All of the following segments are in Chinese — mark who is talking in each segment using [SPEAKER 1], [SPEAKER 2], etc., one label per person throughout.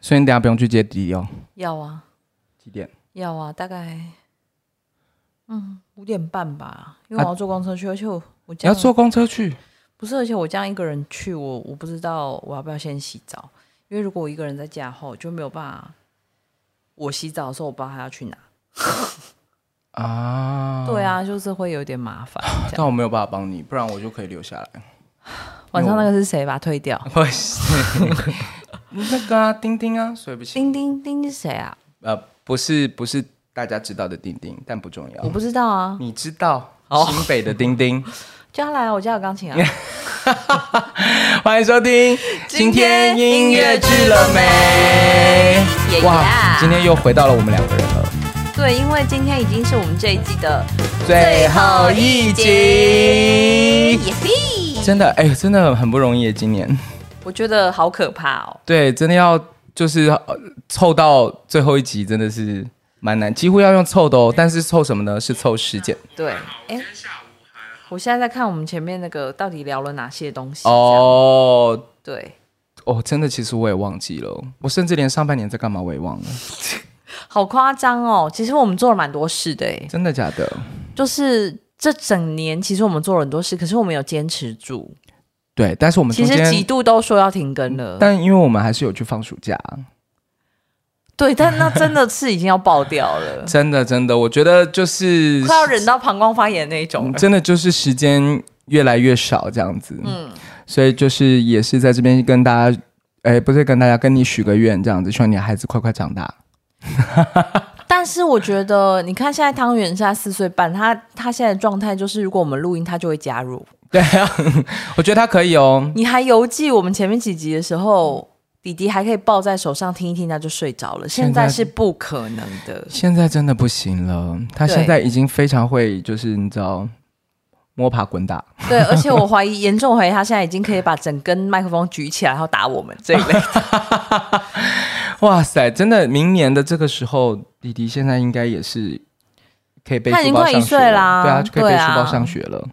[SPEAKER 1] 所以你等下不用去接弟弟哦。
[SPEAKER 2] 要啊，
[SPEAKER 1] 几点？
[SPEAKER 2] 要啊，大概嗯五点半吧，因为我要坐公车去，而且我我
[SPEAKER 1] 啊你
[SPEAKER 2] 这
[SPEAKER 1] 要
[SPEAKER 2] 样
[SPEAKER 1] 坐公车去？
[SPEAKER 2] 不是，而且我这样一个人去，我我不知道我要不要先洗澡，因为如果我一个人在家后就没有办法。我洗澡的时候，我不知道他要去哪。
[SPEAKER 1] 啊，
[SPEAKER 2] 对啊，就是会有点麻烦。这样
[SPEAKER 1] 但哦我没有办法帮你，不然我就可以留下 来。
[SPEAKER 2] 晚上那个是谁把他推掉？
[SPEAKER 1] 不 是那个啊，丁丁啊，所以不行。
[SPEAKER 2] 丁丁丁是谁啊？
[SPEAKER 1] 呃，不是不是大家知道的丁丁，但不重
[SPEAKER 2] 我
[SPEAKER 1] 要。
[SPEAKER 2] 不知道啊，
[SPEAKER 1] 你知道
[SPEAKER 2] 哦
[SPEAKER 1] 新北的丁丁？
[SPEAKER 2] 叫他来啊，我家有钢琴啊。
[SPEAKER 1] 欢迎收听，
[SPEAKER 2] 今天音乐剧了
[SPEAKER 1] 没
[SPEAKER 2] 耶呀
[SPEAKER 1] 哇，今天又回到了我们两个人了，
[SPEAKER 2] 对，因为今天已经是我们这一季的
[SPEAKER 1] 最后一集。
[SPEAKER 2] 耶嘿，
[SPEAKER 1] 真的，哎、真的很不容易耶，今年。
[SPEAKER 2] 我觉得好可怕哦。
[SPEAKER 1] 对，真的要就是、呃凑到最后一集，真的是蛮难，几乎要用凑的哦。但是凑什么呢？是凑时间
[SPEAKER 2] 对，哎，我现在在看我们前面那个到底聊了哪些东西。哦，
[SPEAKER 1] 哦。
[SPEAKER 2] 对，
[SPEAKER 1] 哦，真的，其实我也忘记了，我甚至连上半年在干嘛我也忘了。
[SPEAKER 2] 好夸张哦。其实我们做了蛮多事的，哎，
[SPEAKER 1] 真的假的？
[SPEAKER 2] 就是这整年其实我们做了很多事，可是我们有坚持住。
[SPEAKER 1] 对，但是我们
[SPEAKER 2] 其
[SPEAKER 1] 中
[SPEAKER 2] 实几
[SPEAKER 1] 间，嗯
[SPEAKER 2] 度都说要停更了，
[SPEAKER 1] 但因为我们还是有去放暑假，，
[SPEAKER 2] 对，但那真的是已经要爆掉了
[SPEAKER 1] 真的真的，我觉得 就是
[SPEAKER 2] 快要忍到膀胱发炎那一种
[SPEAKER 1] 嗯
[SPEAKER 2] 了。
[SPEAKER 1] 真的就是时间越来越少这样子，嗯，所以就是也是在这边跟大家，哎，不是跟大家，跟你许个愿这样子，希望你的孩子快快长大。
[SPEAKER 2] 但是我觉得，你看现在汤圆现在四岁半，他他现在的状态就是，如果我们录音，他就会加入。
[SPEAKER 1] 对啊，我觉得他可以哦。
[SPEAKER 2] 你还犹记我们前面几集的时候，弟弟还可以抱在手上听一听，他就睡着了。现
[SPEAKER 1] 现
[SPEAKER 2] 在
[SPEAKER 1] 在
[SPEAKER 2] 是不可能的。
[SPEAKER 1] 现在真的不行了，他
[SPEAKER 2] 对
[SPEAKER 1] 现在已经非常会，就是你知道，摸爬滚打。
[SPEAKER 2] 对，而且我怀疑，严重怀疑他现在已经可以把整根麦克风举起来，然后打我们这一 类。
[SPEAKER 1] 哇塞，真的，明年的这个时候，弟弟现在应该也是可以背
[SPEAKER 2] 他已
[SPEAKER 1] 书
[SPEAKER 2] 经
[SPEAKER 1] 包
[SPEAKER 2] 快一
[SPEAKER 1] 上学
[SPEAKER 2] 岁
[SPEAKER 1] 了，
[SPEAKER 2] 啦
[SPEAKER 1] 对啊，就可以
[SPEAKER 2] 对
[SPEAKER 1] 背
[SPEAKER 2] 啊
[SPEAKER 1] 书包上学了，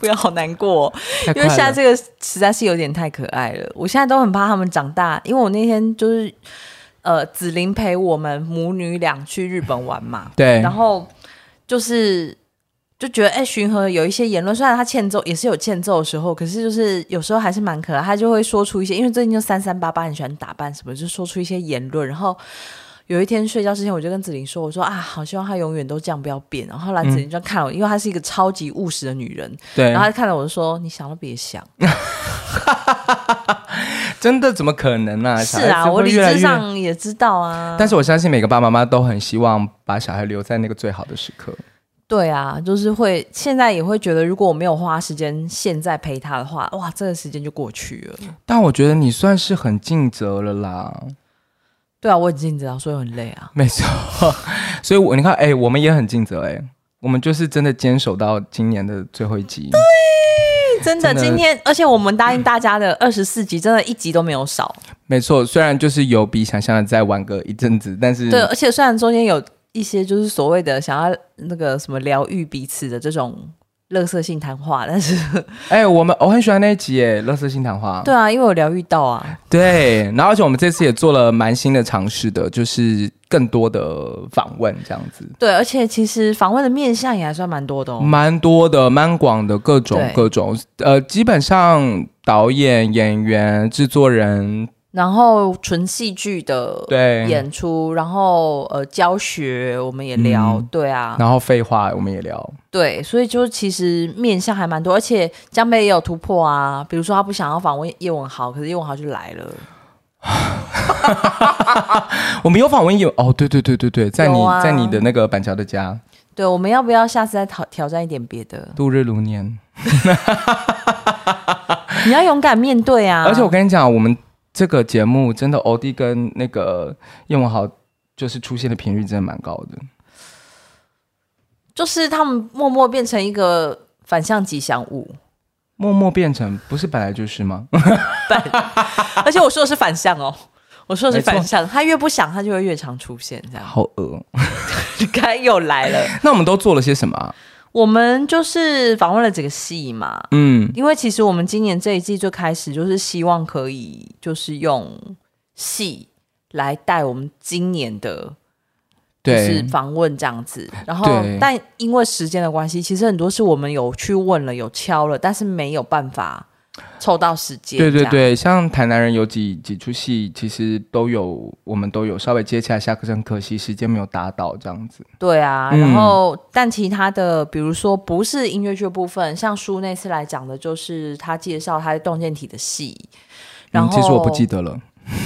[SPEAKER 2] 不要好难过哦、
[SPEAKER 1] 太
[SPEAKER 2] 因
[SPEAKER 1] 快
[SPEAKER 2] 为
[SPEAKER 1] 了。
[SPEAKER 2] 现在这个实在是有点太可爱了。我现在都很怕他们长大，因为我那天就是呃，子琳陪我们母女俩去日本玩嘛，
[SPEAKER 1] 对
[SPEAKER 2] 然，后就是就觉得，哎、巡河有一些言论，虽然他欠揍也是有欠揍的时候，可是就是有时候还是蛮可爱，他就会说出一些，因为最近就三三八八很喜欢打扮什么，就说出一些言论，然后。有一天睡觉之前，我就跟子玲说：“我说啊，好希望她永远都这样，不要变。”然后后来
[SPEAKER 1] 嗯
[SPEAKER 2] 子玲就看我，因为她是一个超级务实的女人，
[SPEAKER 1] 对
[SPEAKER 2] 然后，她看了我就说：“你想都别想。
[SPEAKER 1] 真的怎么可能呢、”
[SPEAKER 2] 是
[SPEAKER 1] 小孩子
[SPEAKER 2] 啊，
[SPEAKER 1] 会
[SPEAKER 2] 我理
[SPEAKER 1] 越来
[SPEAKER 2] 智
[SPEAKER 1] 越
[SPEAKER 2] 上也知道啊。
[SPEAKER 1] 但是我相信每个爸爸妈妈都很希望把小孩留在那个最好的时刻。
[SPEAKER 2] 对啊，就是会现在也会觉得，如果我没有花时间现在陪他的话，哇，这个时间就过去了。
[SPEAKER 1] 但我觉得你算是很尽责了啦，
[SPEAKER 2] 对啊，我很尽责啊，所以我很累啊。
[SPEAKER 1] 没错。所以我，你看，哎、我们也很尽责、哎，我们就是真的坚守到今年的最后一集。
[SPEAKER 2] 真的，
[SPEAKER 1] 真的
[SPEAKER 2] 今天而且我们答应大家 的二十四集，真的一集都没有少。
[SPEAKER 1] 没错，虽然就是有比想象的再晚个一阵子，但是
[SPEAKER 2] 对，而且虽然中间有一些就是所谓的想要那个什么疗愈彼此的这种乐色性谈话，但 是
[SPEAKER 1] 哎、我们我很喜欢那一集哎，《乐色新谈话》
[SPEAKER 2] 对啊，因为我疗愈到啊，
[SPEAKER 1] 对然后而且我们这次也做了蛮新的尝试的，就是更多的访问这样子，
[SPEAKER 2] 对，而且其实访问的面向也还算蛮多的哦。
[SPEAKER 1] 蛮多的，蛮广的，各种
[SPEAKER 2] 对
[SPEAKER 1] 各种，呃，基本上导演、演员、制作人，
[SPEAKER 2] 然后纯戏剧的
[SPEAKER 1] 对，
[SPEAKER 2] 演出，然后呃教学我们也聊，
[SPEAKER 1] 嗯
[SPEAKER 2] 对啊，
[SPEAKER 1] 然后废话我们也聊，
[SPEAKER 2] 对，所以就其实面向还蛮多，而且江北也有突破啊。比如说他不想要访问叶文豪，可是叶文豪就来了。
[SPEAKER 1] 我们有访问有哦，对对对对对，在你、
[SPEAKER 2] 有啊
[SPEAKER 1] 在你的那个板桥的家
[SPEAKER 2] 对，我们要不要下次再挑挑战一点别的？
[SPEAKER 1] 度日如年，
[SPEAKER 2] 你要勇敢面对啊！
[SPEAKER 1] 而且我跟你讲，我们这个节目真的欧弟跟那个叶文豪就是出现的频率真的蛮高的。
[SPEAKER 2] 就是他们默默变成一个反向吉祥物，
[SPEAKER 1] 默默变成不是本来就是 吗？
[SPEAKER 2] 而且我说的是反向哦，我说的
[SPEAKER 1] 没
[SPEAKER 2] 是
[SPEAKER 1] 错
[SPEAKER 2] 反向。他越不想，他就会越常出现这样。
[SPEAKER 1] 好恶。
[SPEAKER 2] 你看又来了，
[SPEAKER 1] 那我们都做了些什么啊、
[SPEAKER 2] 我们就是访问了几个戏嘛，
[SPEAKER 1] 嗯，
[SPEAKER 2] 因为其实我们今年这一季最开始就是希望可以就是用戏来带我们今年的就是
[SPEAKER 1] 对，
[SPEAKER 2] 访问这样子。然后
[SPEAKER 1] 对，
[SPEAKER 2] 但因为时间的关系，其实很多是我们有去问了，有敲了，但是没有办法凑到时间。
[SPEAKER 1] 对对
[SPEAKER 2] 这样，
[SPEAKER 1] 对，像台南人有几几出戏，其实都有，我们都有稍微接洽一下，可是很可惜时间没有达到这样子。
[SPEAKER 2] 对啊。
[SPEAKER 1] 嗯
[SPEAKER 2] 然后，但其他的，比如说不是音乐剧的部分，像书那次来讲的，就是他介绍他洞见体的戏。然
[SPEAKER 1] 嗯，
[SPEAKER 2] 后、
[SPEAKER 1] 其实我不记得了。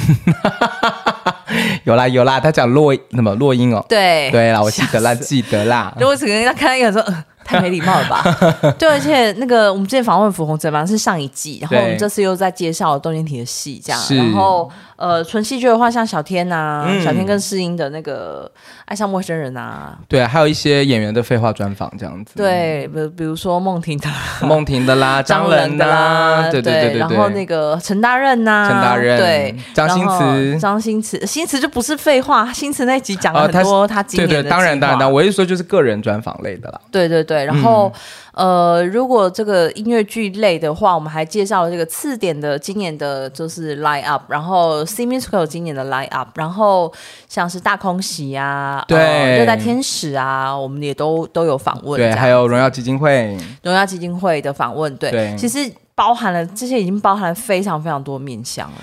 [SPEAKER 1] 有啦有啦，他讲落那么落音哦。
[SPEAKER 2] 对
[SPEAKER 1] 对啦，我记得啦，
[SPEAKER 2] 哎吓死
[SPEAKER 1] 记得 啦。
[SPEAKER 2] 就我整个人看到一个人说、呃，太没礼貌了吧？ 对，而且那个我们之前访问福红怎么样是上一季，然后
[SPEAKER 1] 对
[SPEAKER 2] 我们这次又在介绍窦建廷的戏，这样。
[SPEAKER 1] 是
[SPEAKER 2] 然后呃，纯戏剧的话，像小天呐、
[SPEAKER 1] 嗯
[SPEAKER 2] 小天跟世英的那个爱上陌生人啊，
[SPEAKER 1] 对，还有一些演员的废话专访这样子。，
[SPEAKER 2] 对，比比如说孟婷的、
[SPEAKER 1] 梦婷的 啦，张
[SPEAKER 2] 仁
[SPEAKER 1] 仁
[SPEAKER 2] 的啦，
[SPEAKER 1] 对对对对
[SPEAKER 2] 然
[SPEAKER 1] 对。
[SPEAKER 2] 后那个陈大任呐、
[SPEAKER 1] 陈大任
[SPEAKER 2] 对，
[SPEAKER 1] 张馨慈
[SPEAKER 2] 然后张新慈，新慈就不是废话，新慈那集讲了
[SPEAKER 1] 哦
[SPEAKER 2] 很
[SPEAKER 1] 他是
[SPEAKER 2] 多他今
[SPEAKER 1] 对
[SPEAKER 2] 年的
[SPEAKER 1] 对，当然
[SPEAKER 2] 计
[SPEAKER 1] 当然，
[SPEAKER 2] 划
[SPEAKER 1] 当然，我是说就是个人专访类的啦。
[SPEAKER 2] 对对对，然后、
[SPEAKER 1] 嗯
[SPEAKER 2] 呃，如果这个音乐剧类的话，我们还介绍了这个次点的今年的就是 line up，然后 C musical 有今年的 line up，然后像是大空袭啊，
[SPEAKER 1] 对
[SPEAKER 2] 呃热带天使啊，我们也都都有访问，
[SPEAKER 1] 对，
[SPEAKER 2] 这样
[SPEAKER 1] 还有荣耀基金会，
[SPEAKER 2] 荣耀基金会的访问，对，
[SPEAKER 1] 对
[SPEAKER 2] 其实包含了这些已经包含了非常非常多面向了，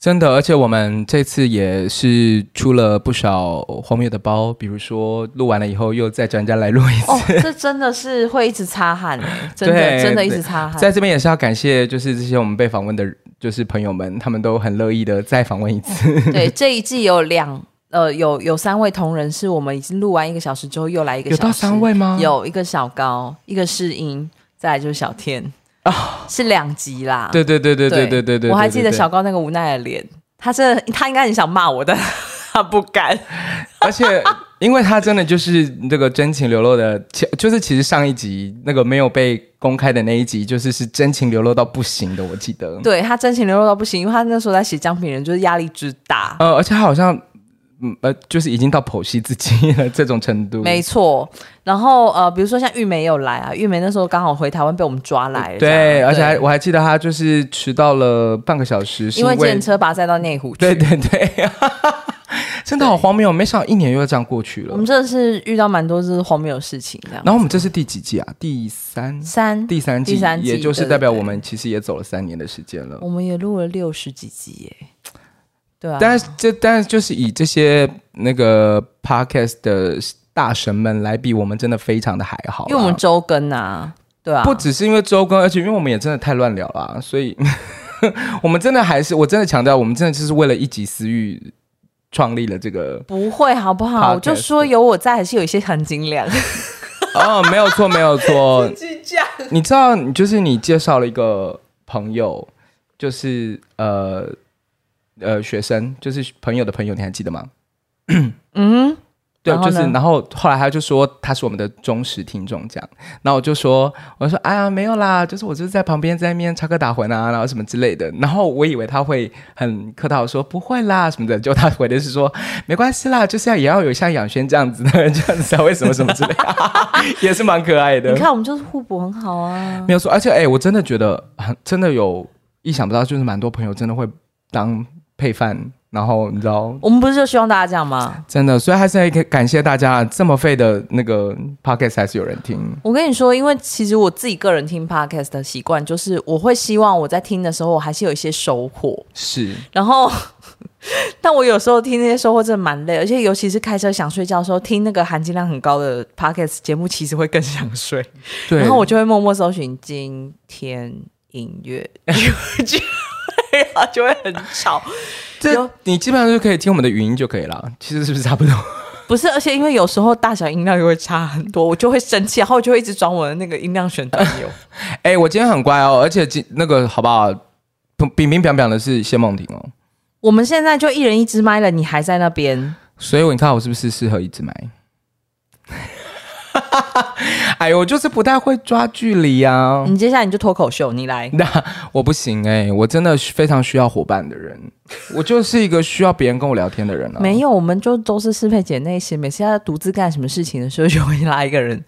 [SPEAKER 1] 真的，而且我们这次也是出了不少荒谬的包，比如说录完了以后又再叫人家来录一次。
[SPEAKER 2] 哦，这真的是会一直擦汗欸、真的
[SPEAKER 1] 对
[SPEAKER 2] 真的一直擦汗，
[SPEAKER 1] 在这边也是要感谢，就是这些我们被访问的，就是朋友们，他们都很乐意的再访问一次。
[SPEAKER 2] 对，这一季有两呃有有三位同仁是我们已经录完一个小时之后又来一个
[SPEAKER 1] 有
[SPEAKER 2] 小时，
[SPEAKER 1] 到三位吗？。
[SPEAKER 2] 有一个小高，一个是英，再来就是小天是两集啦。
[SPEAKER 1] 对对哦对对对对对对，
[SPEAKER 2] 我还记得
[SPEAKER 1] 对
[SPEAKER 2] 小，高那个无奈的脸，他真的他应该很想骂我，但他不敢。
[SPEAKER 1] 而且因为他真的就是这个真情流露的，其就是其实上一集那个没有被公开的那一集，就是是真情流露到不行的，我记得。
[SPEAKER 2] 对他真情流露到不行，因为他那时候在写《江平人》，就是压力之大。
[SPEAKER 1] 呃，而且他好像，嗯呃，就是已经到剖析自己了这种程度。
[SPEAKER 2] 没错，然后呃，比如说像玉梅也有来啊，玉梅那时候刚好回台湾被我们抓来了这样，
[SPEAKER 1] 对，而且还我还记得他就是迟到了半个小时，是
[SPEAKER 2] 因为电车把他载到内湖去，
[SPEAKER 1] 对对对， 真的好荒谬，没想到一年又要这样过去了
[SPEAKER 2] 我。们真的是遇到蛮多就是荒谬的事情，这样
[SPEAKER 1] 然。后我们这是第几季啊？第三，
[SPEAKER 2] 三，
[SPEAKER 1] 第三季，
[SPEAKER 2] 第三季
[SPEAKER 1] 也就是
[SPEAKER 2] 对对
[SPEAKER 1] 代表
[SPEAKER 2] 对
[SPEAKER 1] 我们其实也走了三年的时间了。
[SPEAKER 2] 我们也录了六十几集耶，对啊，
[SPEAKER 1] 但是这，但是就是以这些那个 podcast 的大神们来比，我们真的非常的还好啦。
[SPEAKER 2] 因为我们周更啊，对啊，。
[SPEAKER 1] 不只是因为周更，而且因为我们也真的太乱聊了，所以 我们真的还是我真的强调，我们真的就是为了一己私欲创立了这个
[SPEAKER 2] 不会好不好？
[SPEAKER 1] Podcast
[SPEAKER 2] 我就说有我在，还是有一些含金量。
[SPEAKER 1] 哦，没有错，没有错。
[SPEAKER 2] 这样，
[SPEAKER 1] 你知道，你就是你介绍了一个朋友，就是呃呃学生，就是朋友的朋友，你还记得吗？
[SPEAKER 2] 嗯，
[SPEAKER 1] 对，
[SPEAKER 2] 然后
[SPEAKER 1] 就是
[SPEAKER 2] 呢，
[SPEAKER 1] 然后后来他就说他是我们的忠实听众，这样。然后我就说，我就说哎呀没有啦，就是我就是在旁边在那边插科打诨啊，然后什么之类的。然后我以为他会很客套地说不会啦什么的，就他回的是说没关系啦，就是要也要有像养轩这样子的人，这样子才会什么什么之类的， 也是蛮可爱的
[SPEAKER 2] 你。看我们就是互补很好啊。
[SPEAKER 1] 没有说，而且哎、我真的觉得很真的有意想不到，就是蛮多朋友真的会当配饭，然后你知道
[SPEAKER 2] 我们不是就希望大家这样吗？
[SPEAKER 1] 真的，所以还是可以感谢大家这么废的那个 podcast 还是有人听。
[SPEAKER 2] 我跟你说，因为其实我自己个人听 podcast 的习惯，就是我会希望我在听的时候，我还是有一些收获。
[SPEAKER 1] 是，
[SPEAKER 2] 然后， 但我有时候听那些收获真的蛮累，而且尤其是开车想睡觉的时候，听那个含金量很高的 podcast 节目，其实会更想睡。
[SPEAKER 1] 对。
[SPEAKER 2] 然后我就会默默搜寻今天音乐，就然后就会很吵。
[SPEAKER 1] 这
[SPEAKER 2] 有
[SPEAKER 1] 你基本上就可以听我们的语音就可以了，其实是不是差不多？
[SPEAKER 2] 不是，而且因为有时候大小音量又会差很多，我就会生气，然后我就会一直装我的那个音量选单钮。
[SPEAKER 1] 哎、我今天很乖哦，而且今那个好不好？饼饼表表的是谢梦婷哦，
[SPEAKER 2] 我们现在就一人一支麦了，你还在那边？
[SPEAKER 1] 所以你看我是不是适合一直买？ 哎呦，我就是不太会抓距离啊。
[SPEAKER 2] 你接下来你就脱口秀，你来。
[SPEAKER 1] 我不行哎、我真的是非常需要伙伴的 人，我就是一个需要别人跟我聊天的人啊了、
[SPEAKER 2] 没 有，我们就都是适配姐那些，每次要独自干什么事情的时候，就会拉一个人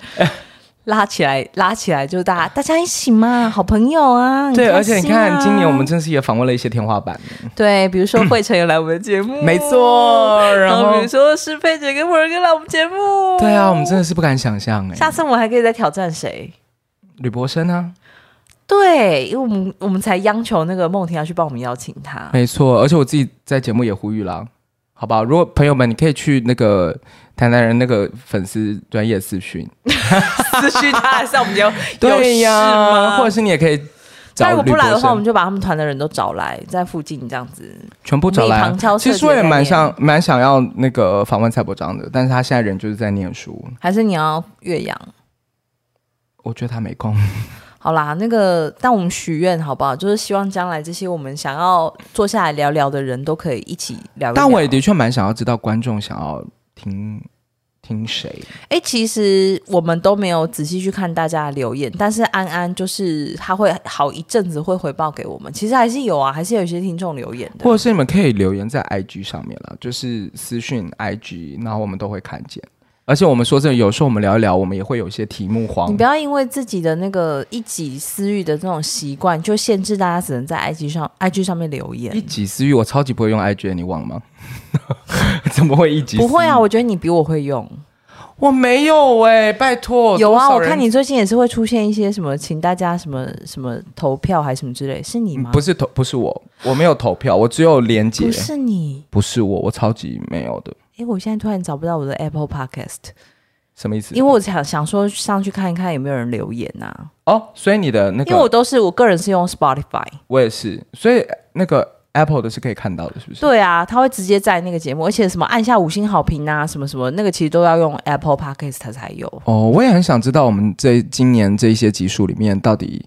[SPEAKER 2] 拉起来，拉起来，就是大家大家一起嘛，好朋友啊。很
[SPEAKER 1] 对，
[SPEAKER 2] 开
[SPEAKER 1] 而且你
[SPEAKER 2] 心啊哦
[SPEAKER 1] 看，今年我 们真是也访问了一些天花板，
[SPEAKER 2] 对，比如说惠成有来我们的节目，
[SPEAKER 1] 没错。然
[SPEAKER 2] 然
[SPEAKER 1] 后
[SPEAKER 2] 后比如说是佩姐跟莫仁哥来我们节目，
[SPEAKER 1] 对啊，我们真的是不敢想象哎、
[SPEAKER 2] 下次我们还可以再挑战谁？
[SPEAKER 1] 吕博生啊，
[SPEAKER 2] 对，因为我们我们才央求那个梦婷要去帮我们邀请 他。
[SPEAKER 1] 没错，而且我自己在节目也呼吁啦，好吧，如果朋友们你可以去那个台南人那个粉丝专业私讯，
[SPEAKER 2] 私讯他还是我们就
[SPEAKER 1] 对呀、或
[SPEAKER 2] 或
[SPEAKER 1] 者是你也可以
[SPEAKER 2] 但
[SPEAKER 1] 找
[SPEAKER 2] 如果
[SPEAKER 1] 吕
[SPEAKER 2] 不来的
[SPEAKER 1] 博
[SPEAKER 2] 话，我
[SPEAKER 1] 生
[SPEAKER 2] 们，就把他们团的人都找来，在附近这样子。
[SPEAKER 1] 全部找来
[SPEAKER 2] 我们以
[SPEAKER 1] 啊
[SPEAKER 2] 旁敲。侧击
[SPEAKER 1] 其
[SPEAKER 2] 的
[SPEAKER 1] 实我也
[SPEAKER 2] 概
[SPEAKER 1] 蛮
[SPEAKER 2] 念
[SPEAKER 1] 想蛮想要那个访问蔡伯章的，但是他现在人就是在念书，
[SPEAKER 2] 还是你要岳阳？
[SPEAKER 1] 我觉得他没空。
[SPEAKER 2] 好啦，那个，但我们许愿好不好？就是希望将来这些我们想要坐下来聊聊的人都可以一起聊一聊。
[SPEAKER 1] 但我也的确蛮想要知道观众想要听听谁。
[SPEAKER 2] 哎、其实我们都没有仔细去看大家的留言，但是安安就是他会好一阵子会回报给我们。其实还是有啊，还是有一些听众留言的
[SPEAKER 1] 或。者是你们可以留言在 IG 上面了，就是私讯 IG，然后我们都会看见。而且我们说真的，有时候我们聊一聊，我们也会有一些题目
[SPEAKER 2] 你
[SPEAKER 1] 荒
[SPEAKER 2] 不。要因为自己的那个一己私欲的这种习惯，就限制大家只能在 IG 上 IG 上面留
[SPEAKER 1] 一
[SPEAKER 2] 言。
[SPEAKER 1] 己私欲，我超级不会用 IG，的你忘了 吗？怎么会一己私欲？
[SPEAKER 2] 不会啊，我觉得你比我会用。
[SPEAKER 1] 我没有哎、拜托。
[SPEAKER 2] 有啊，
[SPEAKER 1] 多少
[SPEAKER 2] 我
[SPEAKER 1] 人
[SPEAKER 2] 看你最近也是会出现一些什么，请大家什么什么投票还是什么之类，是你吗？
[SPEAKER 1] 嗯不是投，不是我，我没有投票，我只有连结
[SPEAKER 2] 不。是你。
[SPEAKER 1] 不是我，我超级没有的，
[SPEAKER 2] 诶，我现在突然找不到我的 Apple Podcast，
[SPEAKER 1] 什么意思？
[SPEAKER 2] 因为我想想说上去看一看有没有人留言呐、啊。
[SPEAKER 1] 哦，所以你的那
[SPEAKER 2] 因为我
[SPEAKER 1] 个，
[SPEAKER 2] 都是我个人是用 Spotify，
[SPEAKER 1] 我也是，所以那个 Apple 的是可以看到的，是不是？
[SPEAKER 2] 对啊，他会直接在那个节目，而且什么按下五星好评啊，什么什么，那个其实都要用 Apple Podcast 才有。
[SPEAKER 1] 哦，我也很想知道我们这今年这一些集数里面到底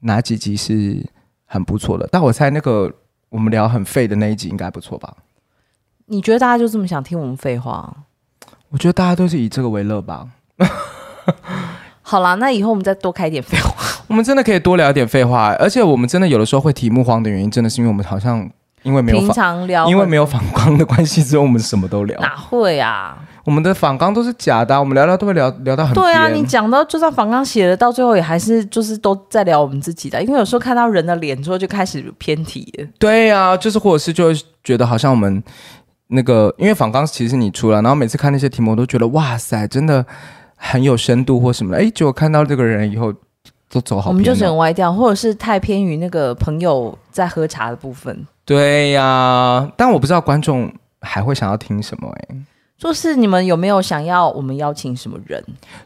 [SPEAKER 1] 哪几集是很不错的。但我猜那个我们聊很废的那一集应该不错吧？
[SPEAKER 2] 你觉得大家就这么想听我们废话？
[SPEAKER 1] 我觉得大家都是以这个为乐吧。
[SPEAKER 2] 好啦，那以后我们再多开一点废话。
[SPEAKER 1] 我们真的可以多聊一点废话，而且我们真的有的时候会题目荒的原因，真的是因为我们好像因为没有
[SPEAKER 2] 平
[SPEAKER 1] 访，
[SPEAKER 2] 常聊，
[SPEAKER 1] 因为没有访纲的关系，所以我们什么都聊。
[SPEAKER 2] 哪会啊？
[SPEAKER 1] 我们的访纲都是假的啊、我们聊聊都会聊聊到很
[SPEAKER 2] 对啊，
[SPEAKER 1] 边
[SPEAKER 2] 你讲到就算访纲写了，到最后也还是就是都在聊我们自己的，因为有时候看到人的脸之后就开始偏题了。
[SPEAKER 1] 对呀、就是或者是就会觉得好像我们那个，因为仿纲其实你出了，然后每次看那些题目，我都觉得哇塞，真的很有深度或什么的。哎，结果看到这个人以后，都走好
[SPEAKER 2] 我们就只
[SPEAKER 1] 是
[SPEAKER 2] 能歪掉，或者是太偏于那个朋友在喝茶的部分。
[SPEAKER 1] 对呀、但我不知道观众还会想要听什么哎。
[SPEAKER 2] 就是你们有没有想要我们邀请什么人？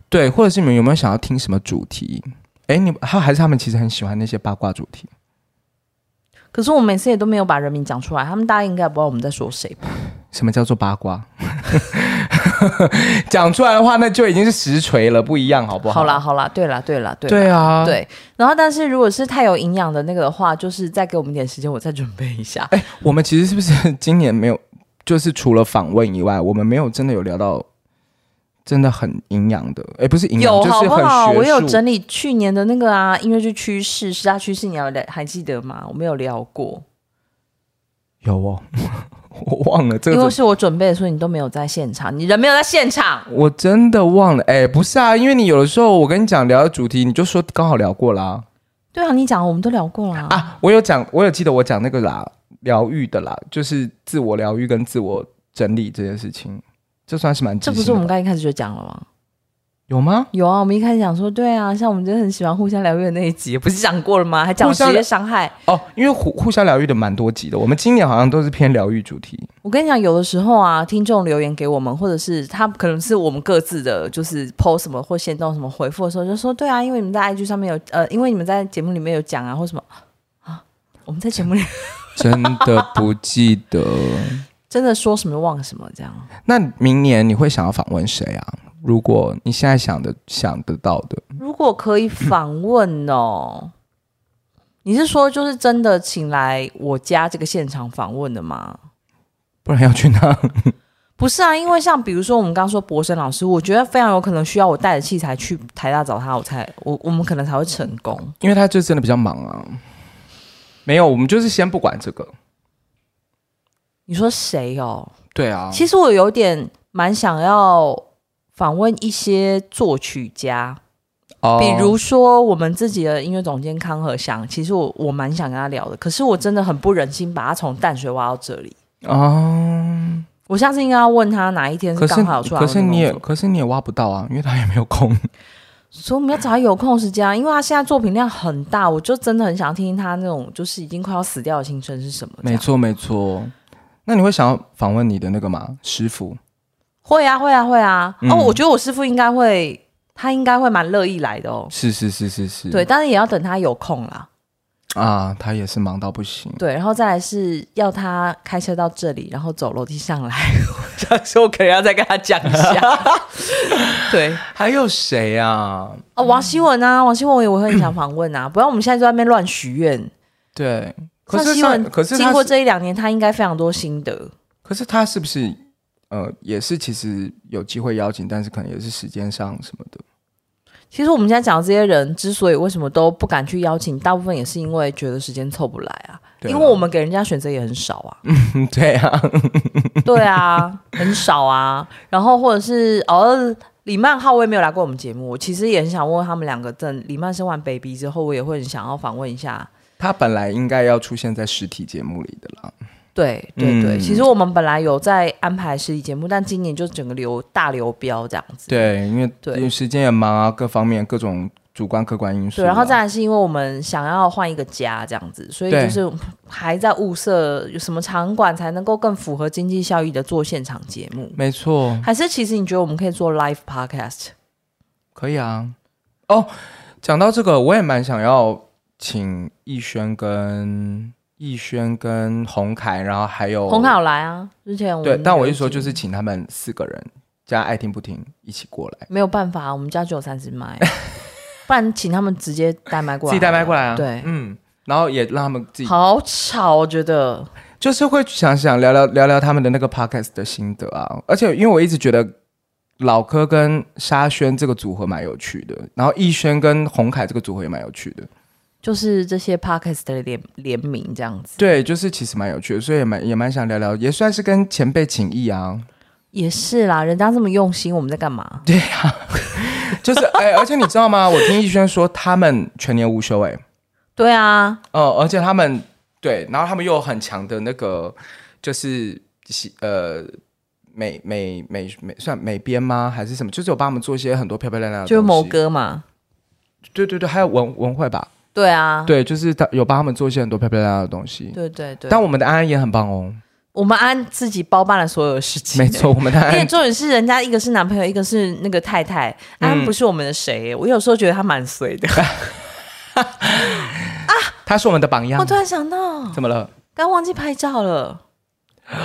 [SPEAKER 1] 对，或者是你们有没有想要听什么主题？哎，你还还是他们其实很喜欢那些八卦主题。
[SPEAKER 2] 可是我们每次也都没有把人名讲出来，他们大家应该不知道我们在说谁吧？
[SPEAKER 1] 什么叫做八卦？ 讲出来的话，那就已经是实锤了，不一样，好不好？
[SPEAKER 2] 好啦，好啦，对啦对啦对啦
[SPEAKER 1] 对啊，
[SPEAKER 2] 对。然后，但是如果是太有营养的那个的话，就是再给我们点时间，我再准备一下。
[SPEAKER 1] 哎，我们其实是不是今年没有，就是除了访问以外，我们没有真的有聊到真的很营养的，哎，不是营养，
[SPEAKER 2] 有
[SPEAKER 1] 就
[SPEAKER 2] 好
[SPEAKER 1] 是
[SPEAKER 2] 不
[SPEAKER 1] 很
[SPEAKER 2] 好？
[SPEAKER 1] 学术。
[SPEAKER 2] 我有整理去年的那个啊音乐剧趋势、十大趋势，你还有还记得吗？我没有聊过，
[SPEAKER 1] 有哦， 我忘了这
[SPEAKER 2] 因
[SPEAKER 1] 个怎
[SPEAKER 2] 为
[SPEAKER 1] 么。
[SPEAKER 2] 是我准备的，所以你都没有在现场，你人没有在现场。
[SPEAKER 1] 我真的忘了，哎，不是啊，因为你有的时候我跟你讲聊的主题，你就说刚好聊过啦
[SPEAKER 2] 对啊，你讲我们都聊过啦。
[SPEAKER 1] 啊，我有讲，我有记得我讲那个啦，疗愈的啦，就是自我疗愈跟自我整理这件事情，这算是蛮
[SPEAKER 2] 这
[SPEAKER 1] 知
[SPEAKER 2] 不是
[SPEAKER 1] 性
[SPEAKER 2] 我
[SPEAKER 1] 的
[SPEAKER 2] 们
[SPEAKER 1] 吧
[SPEAKER 2] 刚一开始就讲了吗？
[SPEAKER 1] 有吗？
[SPEAKER 2] 有啊，我们一开始讲说，对啊，像我们真的很喜欢互相疗愈的那一集，不是讲过了吗？还讲
[SPEAKER 1] 互
[SPEAKER 2] 了
[SPEAKER 1] 相
[SPEAKER 2] 职业伤害。
[SPEAKER 1] 哦，因为互互相疗愈的蛮多集的，我们今年好像都是偏疗愈主题。
[SPEAKER 2] 我跟你讲，有的时候啊，听众留言给我们，或者是他可能是我们各自的，就是 PO 什么或先动什么回复的时候，就说对啊，因为你们在 IG 上面有，呃，因为你们在节目里面有讲啊，或什么啊，我们在节目里
[SPEAKER 1] 真的不记得。
[SPEAKER 2] 真的说什么忘什么这样。
[SPEAKER 1] 那明年你会想要访问谁啊？如果你现在想的想得到的，
[SPEAKER 2] 如果可以访问哦，你是说就是真的请来我家这个现场访问的吗？
[SPEAKER 1] 不然要去哪？
[SPEAKER 2] 不是啊，因为像比如说我们刚刚说博生老师，我觉得非常有可能需要我带着器材去台大找他，我才我我们可能才会成功。
[SPEAKER 1] 因为他就真的比较忙啊。没有，我们就是先不管这个。
[SPEAKER 2] 你说谁哦？
[SPEAKER 1] 对啊，
[SPEAKER 2] 其实我有点蛮想要访问一些作曲家，
[SPEAKER 1] 哦，
[SPEAKER 2] 比如说我们自己的音乐总监康和祥，其实我我蛮想跟他聊的，可是我真的很不忍心把他从淡水挖到这里。
[SPEAKER 1] 哦，
[SPEAKER 2] 我下次应该要问他哪一天
[SPEAKER 1] 可是
[SPEAKER 2] 刚好有出来
[SPEAKER 1] 可
[SPEAKER 2] 我的
[SPEAKER 1] 是
[SPEAKER 2] 工
[SPEAKER 1] 你也
[SPEAKER 2] 作
[SPEAKER 1] 可是你也挖不到啊，因为他也没有 空。
[SPEAKER 2] 所以我们要找他有空的时间啊，因为他现在作品量很大，我就真的很想听听他那种就是已经快要死掉的心声是什么。
[SPEAKER 1] 没，错没错，那你会想要访问你的那个吗？师傅？
[SPEAKER 2] 会啊，会啊，会啊。
[SPEAKER 1] 嗯
[SPEAKER 2] 哦，我觉得我师傅应该会，他应该会蛮乐意来的哦。
[SPEAKER 1] 是是是是是，
[SPEAKER 2] 对，但是也要等他有空啦。
[SPEAKER 1] 啊，他也是忙到不行。
[SPEAKER 2] 对，然后再来是要他开车到这里，然后走楼梯上 来。我想说，我可能要再跟他讲一下。对，
[SPEAKER 1] 还有谁啊？
[SPEAKER 2] 哦，王希文啊，王希文我也会很想访问啊，不然我们现在就在那边乱许愿。
[SPEAKER 1] 对，嗯可
[SPEAKER 2] 像
[SPEAKER 1] 是
[SPEAKER 2] 希
[SPEAKER 1] 上
[SPEAKER 2] 文，
[SPEAKER 1] 可是嗯
[SPEAKER 2] 经
[SPEAKER 1] 他
[SPEAKER 2] 过这一两年，他应该非常多心得。
[SPEAKER 1] 可是他是不是呃也是其实有机会邀请，但是可能也是时间上什么的。
[SPEAKER 2] 其实我们现在讲的这些人，之所以为什么都不敢去邀请，大部分也是因为觉得时间凑不来啊，
[SPEAKER 1] 对
[SPEAKER 2] 因
[SPEAKER 1] 啊
[SPEAKER 2] 为我们给人家选择也很少啊，
[SPEAKER 1] 嗯对啊，
[SPEAKER 2] 对啊，很少啊。然后或者是哦，李曼浩我也没有来过我们节目，我其实也很想问他们两个，等李曼生完 baby 之后，我也会很想要访问一下。
[SPEAKER 1] 他本来应该要出现在实体节目里的啦。
[SPEAKER 2] 对对对，
[SPEAKER 1] 嗯
[SPEAKER 2] 其实我们本来有在安排实体节目，但今年就整个流大流标这样子。
[SPEAKER 1] 对，因为
[SPEAKER 2] 对
[SPEAKER 1] 因为时间也忙啊，各方面各种主观客观因素
[SPEAKER 2] 对，
[SPEAKER 1] 啊。
[SPEAKER 2] 然后再来是因为我们想要换一个家这样子，所以
[SPEAKER 1] 对
[SPEAKER 2] 就是还在物色有什么场馆才能够更符合经济效益的做现场节目，
[SPEAKER 1] 没错，
[SPEAKER 2] 还是其实你觉得我们可以做 live podcast？
[SPEAKER 1] 可以啊。哦，讲到这个，我也蛮想要请逸轩跟逸轩跟洪凯，然后还有
[SPEAKER 2] 红凯有来啊，之前我们
[SPEAKER 1] 对，但我
[SPEAKER 2] 一
[SPEAKER 1] 一说就是请他们四个人加爱听不听一起过来，
[SPEAKER 2] 没有办法，我们家只有三只麦， 不然请他们直接代麦过
[SPEAKER 1] 自
[SPEAKER 2] 来，
[SPEAKER 1] 己带麦过来啊。
[SPEAKER 2] 对，
[SPEAKER 1] 嗯，然后也让他们自己，
[SPEAKER 2] 好吵，我觉得
[SPEAKER 1] 就是会想想聊聊聊聊他们的那个 podcast 的心得啊。而且因为我一直觉得老柯跟沙宣这个组合蛮有趣的，然后逸轩跟洪凯这个组合也蛮有趣的。
[SPEAKER 2] 就是这些 podcast 的联联名这样子，
[SPEAKER 1] 对，就是其实蛮有趣的，所以也蛮也蛮想聊聊，也算是跟前辈请益啊。
[SPEAKER 2] 也是啦，人家这么用心，我们在干嘛？
[SPEAKER 1] 就是哎、而且你知道吗？我听逸轩说他们全年无休、哎。
[SPEAKER 2] 对啊，
[SPEAKER 1] 哦，而且他们对，然后他们又有很强的那个，就是喜呃美美美美算美编吗？还是什么？就是有帮他们做一些很多漂漂亮亮的，
[SPEAKER 2] 就是某，哥嘛，
[SPEAKER 1] 对对对，还有文文慧吧，
[SPEAKER 2] 对啊，
[SPEAKER 1] 对，就是他有帮他们做一些很多漂漂亮亮的东西。
[SPEAKER 2] 对对对，
[SPEAKER 1] 但我们的安安也很棒哦，
[SPEAKER 2] 我们安自己包办了所有的事情，
[SPEAKER 1] 没。错，我们的安
[SPEAKER 2] 因为
[SPEAKER 1] 安
[SPEAKER 2] 重点是人家一个是男朋友，一个是那个太太，
[SPEAKER 1] 嗯
[SPEAKER 2] 安不是我们的谁、我有时候觉得他蛮随的。
[SPEAKER 1] 他是我们的榜
[SPEAKER 2] 我
[SPEAKER 1] 样
[SPEAKER 2] 突。然想到，
[SPEAKER 1] 怎么了？
[SPEAKER 2] 刚忘记拍照了。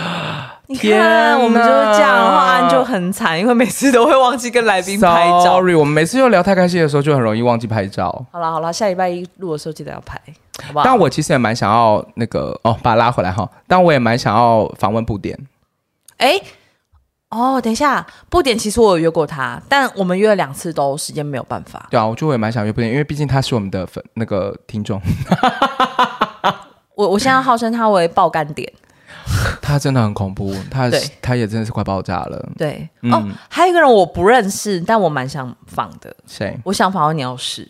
[SPEAKER 2] 你
[SPEAKER 1] 天哪
[SPEAKER 2] 看，我们就是这样，然后安就很惨，因为每次都会忘记跟来宾拍照。
[SPEAKER 1] Sorry，我们每次又聊太开心的时候，就很容易忘记拍照。
[SPEAKER 2] 好了好了，下礼拜一录的时候记得要拍，好不好？
[SPEAKER 1] 但我其实也蛮想要那个哦，把它拉回来哈。但我也蛮想要访问布点，
[SPEAKER 2] 哎、哦，等一下，布点其实我有约过他，但我们约了两次都时间没有办法。
[SPEAKER 1] 对啊，我就会蛮想约布点，因为毕竟他是我们的粉那个听 众，
[SPEAKER 2] 我我现在号称他为爆肝点。
[SPEAKER 1] 他真的很恐怖，他
[SPEAKER 2] 对
[SPEAKER 1] 他也真的是快爆炸了。
[SPEAKER 2] 对，
[SPEAKER 1] 嗯
[SPEAKER 2] 哦，还有一个人我不认识，但我蛮想访的。
[SPEAKER 1] 谁？
[SPEAKER 2] 我想访问鸟屎，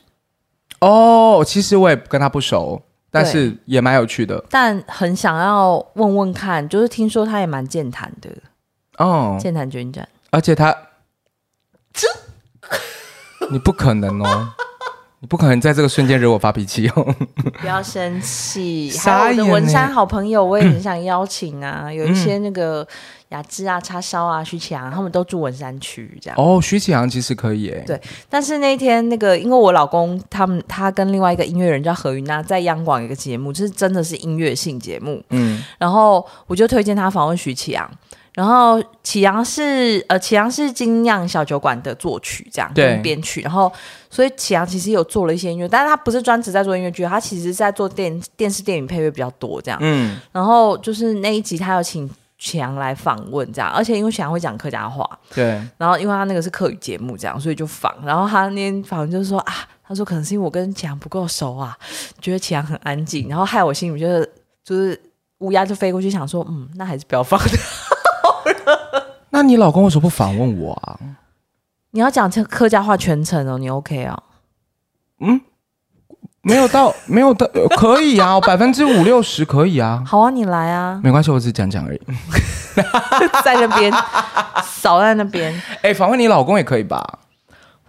[SPEAKER 1] 哦，其实我也跟他不熟，但是也蛮有趣的。
[SPEAKER 2] 但很想要问问看，就是听说他也蛮健谈的，
[SPEAKER 1] 哦，
[SPEAKER 2] 健谈捐站。
[SPEAKER 1] 而且他，你不可能哦，你不可能在这个瞬间惹我发脾气 哦。
[SPEAKER 2] 不要生气，
[SPEAKER 1] 傻
[SPEAKER 2] 还有我的
[SPEAKER 1] 眼
[SPEAKER 2] 文
[SPEAKER 1] 欸
[SPEAKER 2] 山好朋友，我也很想邀请啊。有一些那个雅芝啊、叉烧啊、徐强，他们都住文山区这样。
[SPEAKER 1] 哦，徐启航其实可以诶，
[SPEAKER 2] 啊对但是那一天那个，因为我老公他们他跟另外一个音乐人叫何云娜，在央广有一个节目，就是真的是音乐性节目。
[SPEAKER 1] 嗯，
[SPEAKER 2] 然后我就推荐他访问徐启阳。然后启阳是呃，启阳是金酿小酒馆的作曲这样
[SPEAKER 1] 对
[SPEAKER 2] 跟编曲，然后所以启阳其实有做了一些音乐，但是他不是专职在做音乐剧，他其实是在做电电视电影配乐比较多这样。
[SPEAKER 1] 嗯，
[SPEAKER 2] 然后就是那一集他有请启阳来访问这样，而且因为启阳会讲客家话，
[SPEAKER 1] 对，
[SPEAKER 2] 然后因为他那个是客语节目这样，所以就仿。然后他那天访问就说啊，他说可能是因为我跟启阳不够熟啊，觉得启阳很安静，然后害我心里就是就是乌鸦就飞过去想说，嗯，那还是不要放 的。
[SPEAKER 1] 那你老公为什么不访问我啊？
[SPEAKER 2] 你要讲这客家话全程哦，你 OK 哦？
[SPEAKER 1] 没有到， 没有到，呃可以啊，百分之五六十可以啊，
[SPEAKER 2] 好啊，你来啊，
[SPEAKER 1] 没关系，我只是讲讲而已。
[SPEAKER 2] 在那边扫在那边。
[SPEAKER 1] 哎，访问你老公也可以吧？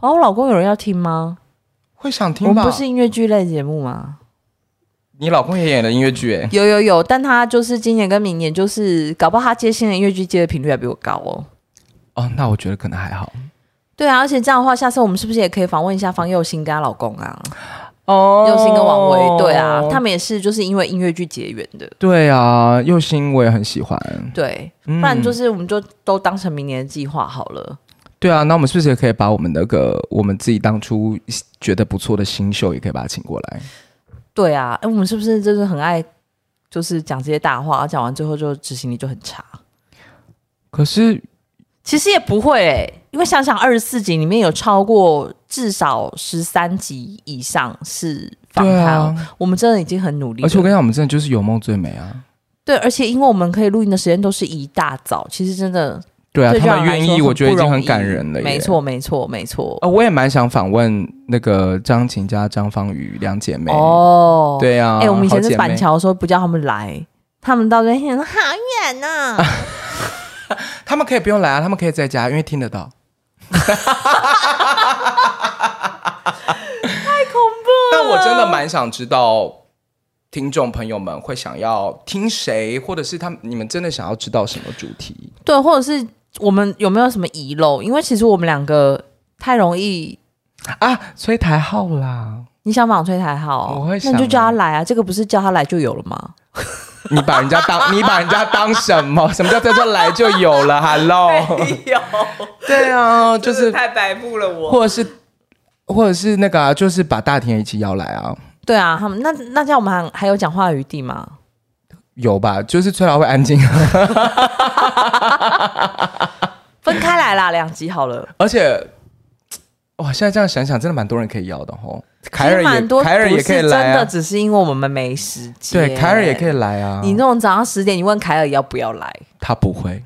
[SPEAKER 2] 哦，我老公有人要听吗？
[SPEAKER 1] 会想
[SPEAKER 2] 我
[SPEAKER 1] 听
[SPEAKER 2] 们
[SPEAKER 1] 吧
[SPEAKER 2] 不？是音乐剧类节目吗？
[SPEAKER 1] 你老公也演了音乐剧哎、
[SPEAKER 2] 有有有，但他就是今年跟明年，就是搞不好他接新的音乐剧接的频率还比我高哦。
[SPEAKER 1] 哦，那我觉得可能还好
[SPEAKER 2] 对啊，而且这样的话，下次我们是不是也可以访问一下方佑兴跟她老公啊？
[SPEAKER 1] 哦
[SPEAKER 2] 佑兴跟王威，对啊，他们也是就是因为音乐剧结缘的。
[SPEAKER 1] 对啊，佑星我也很喜欢，
[SPEAKER 2] 对，
[SPEAKER 1] 不、
[SPEAKER 2] 不然就是是我们就都当成明年的计划好了。
[SPEAKER 1] 对啊，那我们是不是也可以把我们那个我们自己当初觉得不错的新秀，也可以把他请过来？
[SPEAKER 2] 对啊，哎，我们是不是就是很爱就是讲这些大话，讲完之后就执行力就很差？
[SPEAKER 1] 可是
[SPEAKER 2] 其实也不会、欸，因为想想二十四集里面有超过至少十三集以上是访
[SPEAKER 1] 对
[SPEAKER 2] 谈，
[SPEAKER 1] 啊，
[SPEAKER 2] 我们真的已经很努力了。
[SPEAKER 1] 而且我跟你讲，我们真的就是有梦最美啊！
[SPEAKER 2] 对，而且因为我们可以录音的时间都是一大早，其实真的
[SPEAKER 1] 对啊，
[SPEAKER 2] 对
[SPEAKER 1] 他
[SPEAKER 2] 让
[SPEAKER 1] 们
[SPEAKER 2] 人来
[SPEAKER 1] 愿
[SPEAKER 2] 说
[SPEAKER 1] 意，
[SPEAKER 2] 很
[SPEAKER 1] 我觉得已
[SPEAKER 2] 不
[SPEAKER 1] 经
[SPEAKER 2] 容
[SPEAKER 1] 很
[SPEAKER 2] 易
[SPEAKER 1] 感人了。
[SPEAKER 2] 没。错，没错，没错。
[SPEAKER 1] 呃，我也蛮想访问那个张琴加张方宇两姐妹。
[SPEAKER 2] 哦，，
[SPEAKER 1] 对啊，
[SPEAKER 2] 哎、我们以前
[SPEAKER 1] 好姐
[SPEAKER 2] 在
[SPEAKER 1] 妹
[SPEAKER 2] 板，桥的时候不叫他们来，他们到那边说好远呐、
[SPEAKER 1] 他们可以不用来啊，他们可以在家，因为听得到。 太恐怖！但我真的蛮想知道。听众朋友们会想要听谁，或者是他们你们真的想要知道什么主题？
[SPEAKER 2] 对，或者是我们有没有什么遗漏？因为其实我们两个太容易。
[SPEAKER 1] 啊，崔台浩啦，
[SPEAKER 2] 你想访崔台浩，
[SPEAKER 1] 我会
[SPEAKER 2] 那你就
[SPEAKER 1] 想
[SPEAKER 2] 叫
[SPEAKER 1] 欸
[SPEAKER 2] 他来啊！这个不是叫他来就有了 吗？
[SPEAKER 1] 你把人家当你把人家当什么？什么叫叫就来就有了？Hello，
[SPEAKER 2] 哎 有，
[SPEAKER 1] 对啊， 就
[SPEAKER 2] 就是太白目了我。
[SPEAKER 1] 或者是或者是那个、啊，就是把大田一起邀来啊，
[SPEAKER 2] 对啊，他们那那这样我们还还有讲话的余地吗？
[SPEAKER 1] 有吧？就是崔老会安静，
[SPEAKER 2] 分开来啦，两集好了。
[SPEAKER 1] 而且哇，现在这样想想，真的蛮多人可以邀的吼。凯尔
[SPEAKER 2] 其实蛮
[SPEAKER 1] 也
[SPEAKER 2] 多，
[SPEAKER 1] 凯尔也可以来
[SPEAKER 2] 真的
[SPEAKER 1] 啊，
[SPEAKER 2] 只是因为我们没时间。
[SPEAKER 1] 对，凯尔也可以。来啊。
[SPEAKER 2] 你那种早上十点，你问凯尔要不要来？
[SPEAKER 1] 他不会。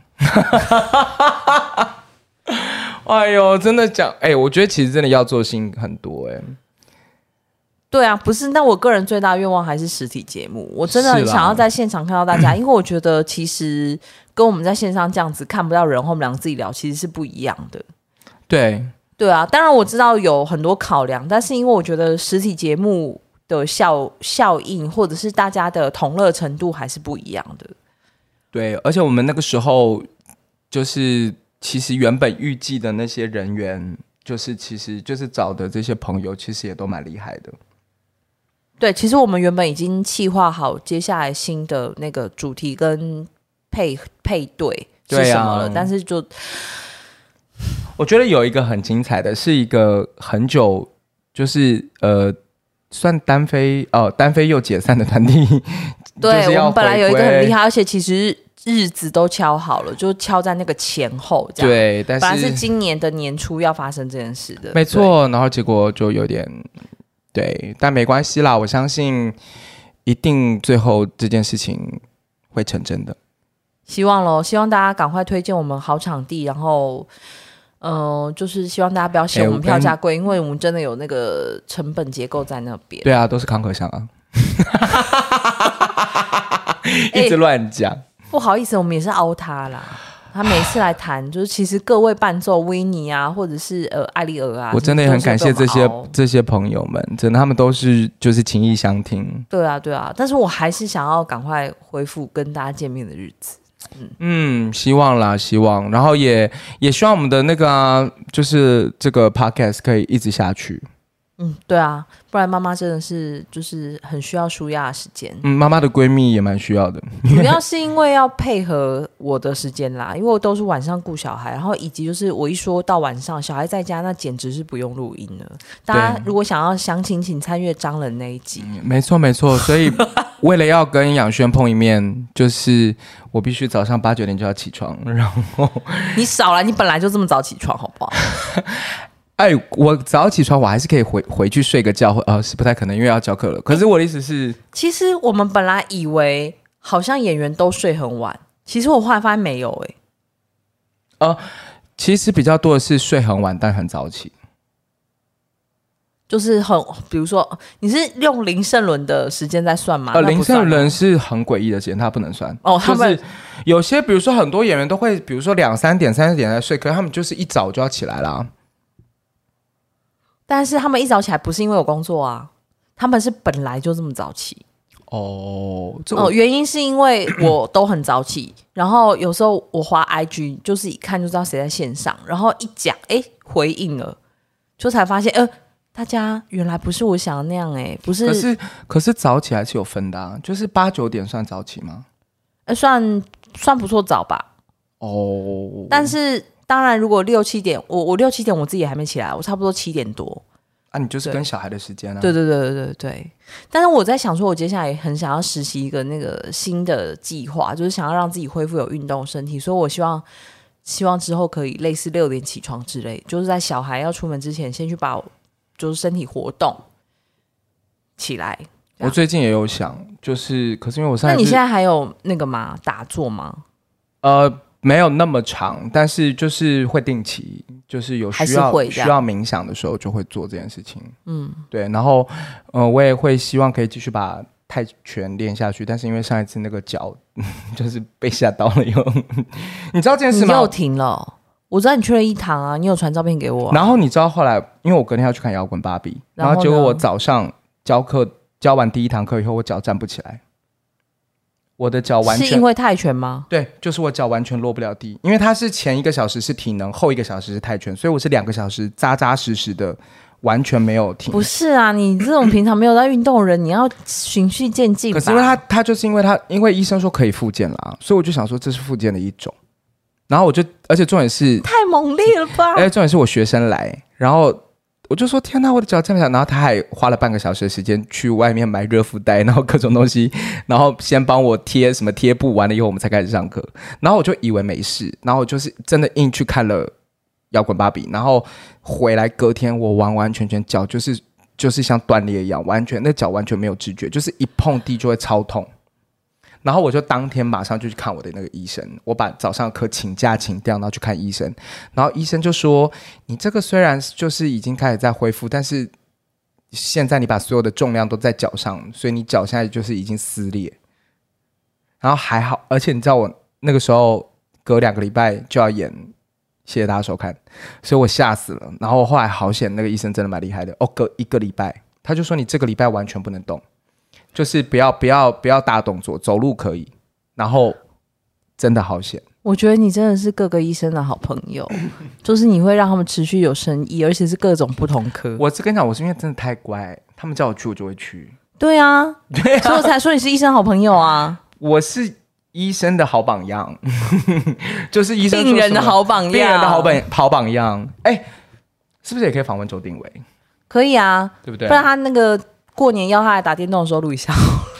[SPEAKER 1] 哎呦，真的讲，哎、我觉得其实真的要做心很多、哎，
[SPEAKER 2] 对啊，不是。那我个人最大愿望还是实体节目，我真的
[SPEAKER 1] 是
[SPEAKER 2] 很
[SPEAKER 1] 啦
[SPEAKER 2] 想要在现场看 到大家，因为我觉得其实跟我们在线上这样子看不到人，后我们两个自己聊其实是不一样的。
[SPEAKER 1] 对，
[SPEAKER 2] 对啊，当然我知道有很多考量，但是因为我觉得实体节目的效效应或者是大家的同乐程度还是不一样的。
[SPEAKER 1] 对，而且我们那个时候就是，其实原本预计的那些人员，就是其实就是找的这些朋友，其实也都蛮厉害的。
[SPEAKER 2] 对，其实我们原本已经计划好接下来新的那个主题跟配配对是
[SPEAKER 1] 对啊
[SPEAKER 2] 什么了，但是就
[SPEAKER 1] 我觉得有一个很精彩的，是一个很久就是呃，算单飞哦、单飞又解散的团 体，
[SPEAKER 2] 对
[SPEAKER 1] 就是要
[SPEAKER 2] 我们本来有一个很厉
[SPEAKER 1] 害，
[SPEAKER 2] 害，而且其实日子都敲好了，就敲在那个前后这样。，
[SPEAKER 1] 对，但
[SPEAKER 2] 本来
[SPEAKER 1] 是
[SPEAKER 2] 是今年的年初要发生这件事的，
[SPEAKER 1] 没错，然后结果就有点对，但没关系啦，我相信一定最后这件事情会成真的。
[SPEAKER 2] 希望喽，希望大家赶快推荐我们好场地，然后，呃，就是希望大家不要嫌
[SPEAKER 1] 哎我
[SPEAKER 2] 我们
[SPEAKER 1] 跟
[SPEAKER 2] 票价贵，因为我们真的有那个成本结构在那边。
[SPEAKER 1] 对啊，都是康可香啊，
[SPEAKER 2] 哎
[SPEAKER 1] 一直乱讲。
[SPEAKER 2] 不好意思，我们也是凹他啦。他每次来谈，就是其实各位伴奏维尼啊，或者是呃艾丽尔啊，
[SPEAKER 1] 我真的也很感谢这
[SPEAKER 2] 什么
[SPEAKER 1] 些
[SPEAKER 2] 都是被我们凹
[SPEAKER 1] 这些朋友们，真的他们都是就是情意相挺。
[SPEAKER 2] 对啊，对啊，但是我还是想要赶快恢复跟大家见面的日子。
[SPEAKER 1] 嗯，希望啦，希望，然后也也希望我们的那个啊，就是这个 podcast 可以一直下去。
[SPEAKER 2] 嗯，对啊，不然妈妈真的是就是很需要舒压的时 间。
[SPEAKER 1] 嗯，妈妈的闺蜜也蛮需要的。
[SPEAKER 2] 主要是因为要配合我的时间啦，因为我都是晚上顾小孩，然后以及就是我一说到晚上，小孩在家，那简直是不用录音了。大家如果想要详情，请参阅张人那一集。
[SPEAKER 1] 没错，没错。所以为了要跟杨轩碰一面，就是我必须早上八九点就要起床，然后，
[SPEAKER 2] 你少来，你本来就这么早起床，好不好？
[SPEAKER 1] 哎，我早起床我还是可以回回去睡个觉，或呃，是不太可能，因为要教课了。可是我的意思是，
[SPEAKER 2] 其实我们本来以为好像演员都睡很晚，其实我后来发现没有、欸，
[SPEAKER 1] 其实比较多的是睡很晚但很早起。
[SPEAKER 2] 就是很，比如说你是用林盛伦的时间在算吗？
[SPEAKER 1] 呃，
[SPEAKER 2] 啊那
[SPEAKER 1] 林
[SPEAKER 2] 不算
[SPEAKER 1] 盛
[SPEAKER 2] 吗
[SPEAKER 1] 伦是很诡异的时间，他不能算。
[SPEAKER 2] 哦他
[SPEAKER 1] 就是
[SPEAKER 2] 们
[SPEAKER 1] 有些，比如说很多演员都会，比如说两三点、三四点才睡，可是他们就是一早就要起来啊啦。
[SPEAKER 2] 但是他们一早起来不是因为有工作啊，他们是本来就这么早起。
[SPEAKER 1] 哦，这
[SPEAKER 2] 哦，
[SPEAKER 1] 我
[SPEAKER 2] 原因是因为我都很早起， 然后有时候我滑 IG 就是一看就知道谁在线上，然后一讲哎回应了，就才发现呃大家原来不是我想的那样哎、不是
[SPEAKER 1] 可是可是早起来是有分的、啊，就是八九点算早起吗？
[SPEAKER 2] 呃算算不错早吧，
[SPEAKER 1] 哦，
[SPEAKER 2] 但是当然如果六七点我我六七点我自己还没起来，我差不多七点多，
[SPEAKER 1] 啊，你就是
[SPEAKER 2] 对
[SPEAKER 1] 跟小孩的时间啊。
[SPEAKER 2] 对对对对对对。但是我在想说，我接下来也很想要实习一个那个新的计划，就是想要让自己恢复有运动身体，所以我希望希望之后可以类似六点起床之类，就是在小孩要出门之前，先去把我就是身体活动起来。
[SPEAKER 1] 我最近也有想，就是可是因为我上
[SPEAKER 2] 那
[SPEAKER 1] 一
[SPEAKER 2] 你
[SPEAKER 1] 次
[SPEAKER 2] 现在还有那个吗？打坐吗？
[SPEAKER 1] 呃没有那么长，但是就是会定期，就是有
[SPEAKER 2] 还
[SPEAKER 1] 需
[SPEAKER 2] 是
[SPEAKER 1] 要
[SPEAKER 2] 会这
[SPEAKER 1] 需
[SPEAKER 2] 样
[SPEAKER 1] 要冥想的时候就会做这件事情。
[SPEAKER 2] 嗯，
[SPEAKER 1] 对，然后呃，我也会希望可以继续把泰拳练下去，但是因为上一次那个脚 就是被吓到了以后，你知道这件事
[SPEAKER 2] 你又
[SPEAKER 1] 吗？
[SPEAKER 2] 停了。哦我知道你去了一堂啊，你有传照片给我啊、
[SPEAKER 1] 然后你知道后来，因为我隔天要去看摇滚芭比，然
[SPEAKER 2] 然后
[SPEAKER 1] 后结果
[SPEAKER 2] 呢
[SPEAKER 1] 我早上教课教完第一堂课以后，我脚站不起来，我的脚哦完
[SPEAKER 2] 是因
[SPEAKER 1] 全。
[SPEAKER 2] 为泰拳吗？
[SPEAKER 1] 对，就是我脚完全落不了地，因为它是前一个小时是体能，后一个小时是泰拳，所以我是两个小时扎扎实实的，完全没有停。
[SPEAKER 2] 不是啊，你这种平常没有在运动的人，你要循序渐进吧。
[SPEAKER 1] 可是因为他他就是因为他因为医生说可以复健啦，所以我就想说这是复健的一种。然后我就，而且重点是，
[SPEAKER 2] 太猛烈了吧！
[SPEAKER 1] 而哎且重点是我学生来，然后我就说天哪，我的脚站不起来。然后他还花了半个小时的时间去外面买热敷袋，然后各种东西， 然后先帮我贴什么贴布，完了以后我们才开始上课。然后我就以为没事，然后我就是真的硬去看了摇滚芭比，然后回来隔天我完完全全脚就是就是像断裂一样，完全那脚完全没有知觉，就是一碰地就会超痛。然后我就当天马上就去看我的那个医生，我把早上的课请假请掉，然后去看医生，然后医生就说：“你这个虽然就是已经开始在恢复，但是现在你把所有的重量都在脚上，所以你脚现在就是已经撕裂。然后还好，而且你知道我那个时候隔两个礼拜就要演，谢谢大家收看，所以我吓死了。然后后来好险，那个医生真的蛮厉害的哦，隔一个礼拜他就说你这个礼拜完全不能动，就是不要不要不要大动作，走路可以。然后真的好险。”
[SPEAKER 2] 我觉得你真的是各个医生的好朋 友，就是你会让他们持续有生意，而且是各种不同科。
[SPEAKER 1] 我是跟你讲，我是因为真的太乖，他们叫我去我就会去。
[SPEAKER 2] 对啊，所以我才说你是医生好朋友啊，
[SPEAKER 1] 我是医生的好榜样， 就是 医生说
[SPEAKER 2] 病人的
[SPEAKER 1] 什么
[SPEAKER 2] 好榜样，
[SPEAKER 1] 病人的好榜好榜样。哎，是不是也可以访问周定伟？
[SPEAKER 2] 可以啊，
[SPEAKER 1] 对不
[SPEAKER 2] 不
[SPEAKER 1] 对？
[SPEAKER 2] 然他那个过年要他来打电动的时候录一下。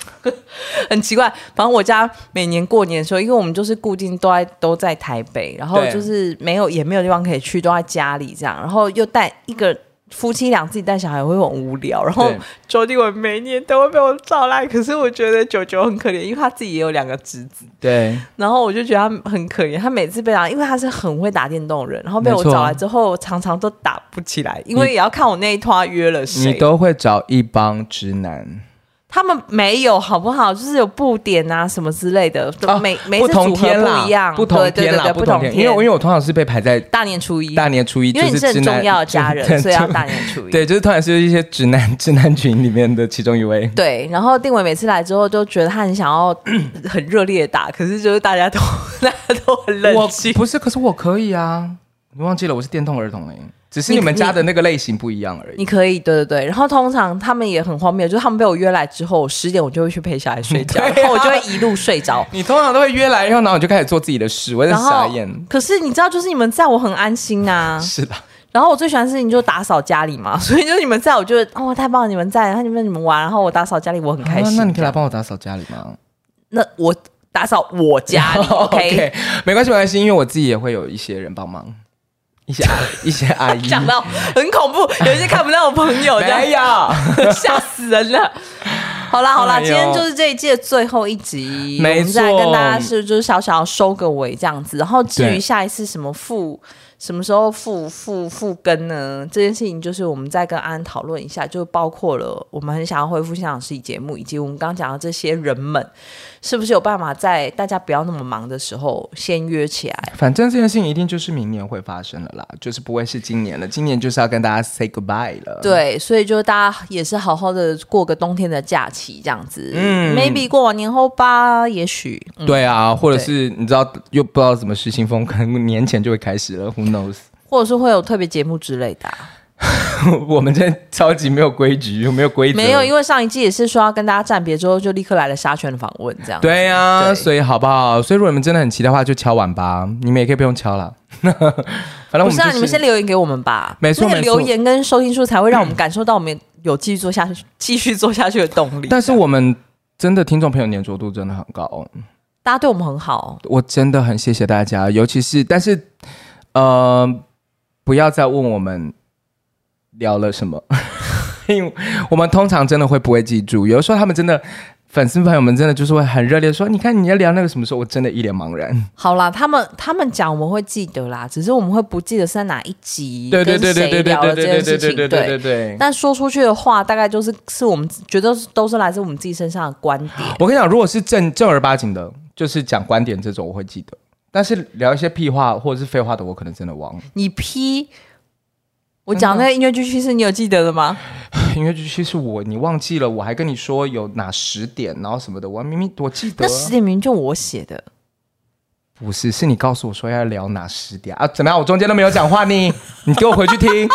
[SPEAKER 2] 很奇怪，反正我家每年过年的时候，因为我们就是固定都在都在台北，然后
[SPEAKER 1] 对
[SPEAKER 2] 就是没有也没有地方可以去，都在家里这样，然后又带一个夫妻俩自己带小孩会很无聊，然后
[SPEAKER 1] 对
[SPEAKER 2] 周定文每一年都会被我找来，可是我觉得九九很可怜，因为他自己也有两个侄子，
[SPEAKER 1] 对，
[SPEAKER 2] 然后我就觉得他很可怜，他每次被打，因为他是很会打电动的人，然后被
[SPEAKER 1] 没
[SPEAKER 2] 我
[SPEAKER 1] 错
[SPEAKER 2] 找来之后，常常都打 不起来，因为也要看我那一拖约了
[SPEAKER 1] 你
[SPEAKER 2] 谁。
[SPEAKER 1] 都会找一帮直男，
[SPEAKER 2] 他们没有好不好？就是有布点啊什么之类的，
[SPEAKER 1] 啊
[SPEAKER 2] 每每
[SPEAKER 1] 不
[SPEAKER 2] 次组
[SPEAKER 1] 同
[SPEAKER 2] 合
[SPEAKER 1] 天啦，
[SPEAKER 2] 不一样，
[SPEAKER 1] 不同天
[SPEAKER 2] 对对
[SPEAKER 1] 啦，
[SPEAKER 2] 对对
[SPEAKER 1] 不
[SPEAKER 2] 同
[SPEAKER 1] 同天。因为我因为我通常是被排在
[SPEAKER 2] 大年初一，
[SPEAKER 1] 大年初一，
[SPEAKER 2] 因为
[SPEAKER 1] 就
[SPEAKER 2] 你是
[SPEAKER 1] 直男
[SPEAKER 2] 很重要的 家人，所以要。
[SPEAKER 1] 就
[SPEAKER 2] 大年初一。
[SPEAKER 1] 对，就是突然是一些直男直男群里面的其中一位。
[SPEAKER 2] 对，然后定伟每次来之后，就觉得他很想要 很热烈地打，可是就是大家都大家都很冷
[SPEAKER 1] 我
[SPEAKER 2] 静。
[SPEAKER 1] 不是，可是我可以啊！你忘记了，我是电动儿童哎、只是
[SPEAKER 2] 你
[SPEAKER 1] 你们
[SPEAKER 2] 你
[SPEAKER 1] 家的那个类型不一样而已
[SPEAKER 2] 你。可以，对对对。然后通常他们也很荒谬，就是他们被我约来之后，十点我就会去陪小孩睡觉，
[SPEAKER 1] 对啊
[SPEAKER 2] 然后我就会一路 睡着。
[SPEAKER 1] 你通常都会约来，然后然后你就开始做自己的事，我在
[SPEAKER 2] 然
[SPEAKER 1] 傻
[SPEAKER 2] 后
[SPEAKER 1] 眼。，
[SPEAKER 2] 可是你知道，就是你们在我很安心啊呐、
[SPEAKER 1] 是的，
[SPEAKER 2] 然后我最喜欢的事情就是打扫家里嘛， 所以就是你们在我就哦太棒了，你们在，然后你们你们玩，然后我打扫家里，我很开
[SPEAKER 1] 啊
[SPEAKER 2] 心。
[SPEAKER 1] 那你可以来帮我打扫家里吗
[SPEAKER 2] 那我打扫我家 里啊
[SPEAKER 1] 哦
[SPEAKER 2] ，OK？
[SPEAKER 1] 没关系，没关系，因为我自己也会有一些人帮忙，一些阿 一些阿姨。
[SPEAKER 2] 讲到很恐怖，有一些看不到我朋友，这样
[SPEAKER 1] 没有，
[SPEAKER 2] 吓死人了。好啦好啦，
[SPEAKER 1] 哎呦
[SPEAKER 2] 今天就是这一季的最后一集，
[SPEAKER 1] 没
[SPEAKER 2] 我们再
[SPEAKER 1] 错
[SPEAKER 2] 跟大家是就是小小收个尾这样子。然后至于
[SPEAKER 1] 对
[SPEAKER 2] 下一次什么复什么时候复复复更呢？这件事情就是我们再跟安安讨论一下，就包括了我们很想要恢复现场实体节目，以及我们刚刚讲到这些人们是不是有办法在大家不要那么忙的时候先约起来。
[SPEAKER 1] 反正这件事情一定就是明年会发生了啦，就是不会是今年了。今年就是要跟大家 say goodbye 了。，
[SPEAKER 2] 对，所以就大家也是好好的过个冬天的假期这样子，
[SPEAKER 1] 嗯
[SPEAKER 2] m a y b e 过完年后吧，也许，嗯，
[SPEAKER 1] 对啊，或者是你知道又不知道怎么失心疯，可能年前就会开始了，Who knows？
[SPEAKER 2] 或者是会有特别节目之类的啊、
[SPEAKER 1] 我们真的超级没有规矩， 又没有规则，
[SPEAKER 2] 没有，因为上一季也是说要跟大家暂别之后，就立刻来了沙圈的访问，这样。
[SPEAKER 1] 对呀、
[SPEAKER 2] 对
[SPEAKER 1] 所以好不好？所以如果你们真的很期待的话，就敲碗吧。你们也可以不用敲了， 反正我
[SPEAKER 2] 不
[SPEAKER 1] 们、
[SPEAKER 2] 是
[SPEAKER 1] 就
[SPEAKER 2] 啊，
[SPEAKER 1] 是、
[SPEAKER 2] 你们先留言给我们吧，
[SPEAKER 1] 没错
[SPEAKER 2] 那个
[SPEAKER 1] 没错嗯
[SPEAKER 2] 留言跟收听数才会让我们感受到我们有继续做下去、继续做下去的动力。
[SPEAKER 1] 但是我们真的听众朋友粘着度真的很高，
[SPEAKER 2] 大家对我们很好，
[SPEAKER 1] 我真的很谢谢大家，尤其是但是呃，不要再问我们聊了什么， 因为我们通常真的会不会记住，有的时候他们真的。粉丝朋友们真的就是会很热烈地说，你看你要聊那个什么时候，我真的一脸茫然。
[SPEAKER 2] 好啦，他们他们讲我们会记得啦，只是我们会不记得是在哪一集
[SPEAKER 1] 对对对对对
[SPEAKER 2] 跟谁
[SPEAKER 1] 对
[SPEAKER 2] 聊了
[SPEAKER 1] 对
[SPEAKER 2] 这件
[SPEAKER 1] 对对
[SPEAKER 2] 事情，
[SPEAKER 1] 对对对对对。
[SPEAKER 2] 但说出去的话，大概就是是我们觉得都是来自我们自己身上的观点。
[SPEAKER 1] 我跟你讲，如果是正正儿八经的，就是讲观点这种，我会记得。但是聊一些屁话或者是废话的，我可能真的忘了。
[SPEAKER 2] 你批我讲
[SPEAKER 1] 嗯
[SPEAKER 2] 那个音乐剧叙事，你有记得的吗？
[SPEAKER 1] 因为其实我你忘记了，我还跟你说有哪十点，然后什么的，我明明我记得啊
[SPEAKER 2] 那。十点明明就我写的，
[SPEAKER 1] 不是，是你告诉我说要聊哪十点啊？怎么样？我中间都没有讲话呢？你给我回去听。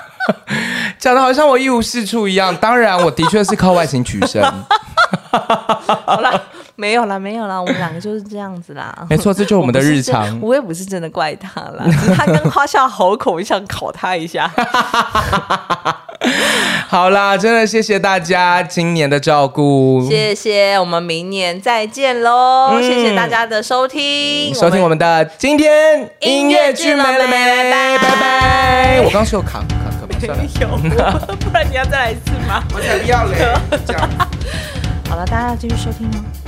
[SPEAKER 1] 讲的好像我一无是处一样，当然我的确是靠外形取胜，
[SPEAKER 2] 没有啦，没 有啦，我们两个就是这样子啦。
[SPEAKER 1] 没错，这就是我们的日
[SPEAKER 2] 我不是
[SPEAKER 1] 常
[SPEAKER 2] 真。我也不是真的怪他啦，只是他跟花笑好口，想考他一 下。
[SPEAKER 1] 好啦，真的谢谢大家今年的照顾，
[SPEAKER 2] 谢谢，我们明年再见喽！
[SPEAKER 1] 嗯
[SPEAKER 2] 谢谢大家的收听，
[SPEAKER 1] 收听我们的今天
[SPEAKER 2] 音
[SPEAKER 1] 音
[SPEAKER 2] 乐
[SPEAKER 1] 乐
[SPEAKER 2] 剧
[SPEAKER 1] 剧
[SPEAKER 2] 了
[SPEAKER 1] 没
[SPEAKER 2] 没
[SPEAKER 1] 了没，拜
[SPEAKER 2] 拜拜
[SPEAKER 1] 拜。我刚是有啊卡卡壳吗？ 算了，
[SPEAKER 2] 有，不然你要再来一次吗？
[SPEAKER 1] 我才不要嘞，这样。
[SPEAKER 2] 好了，大家要继续收听哦。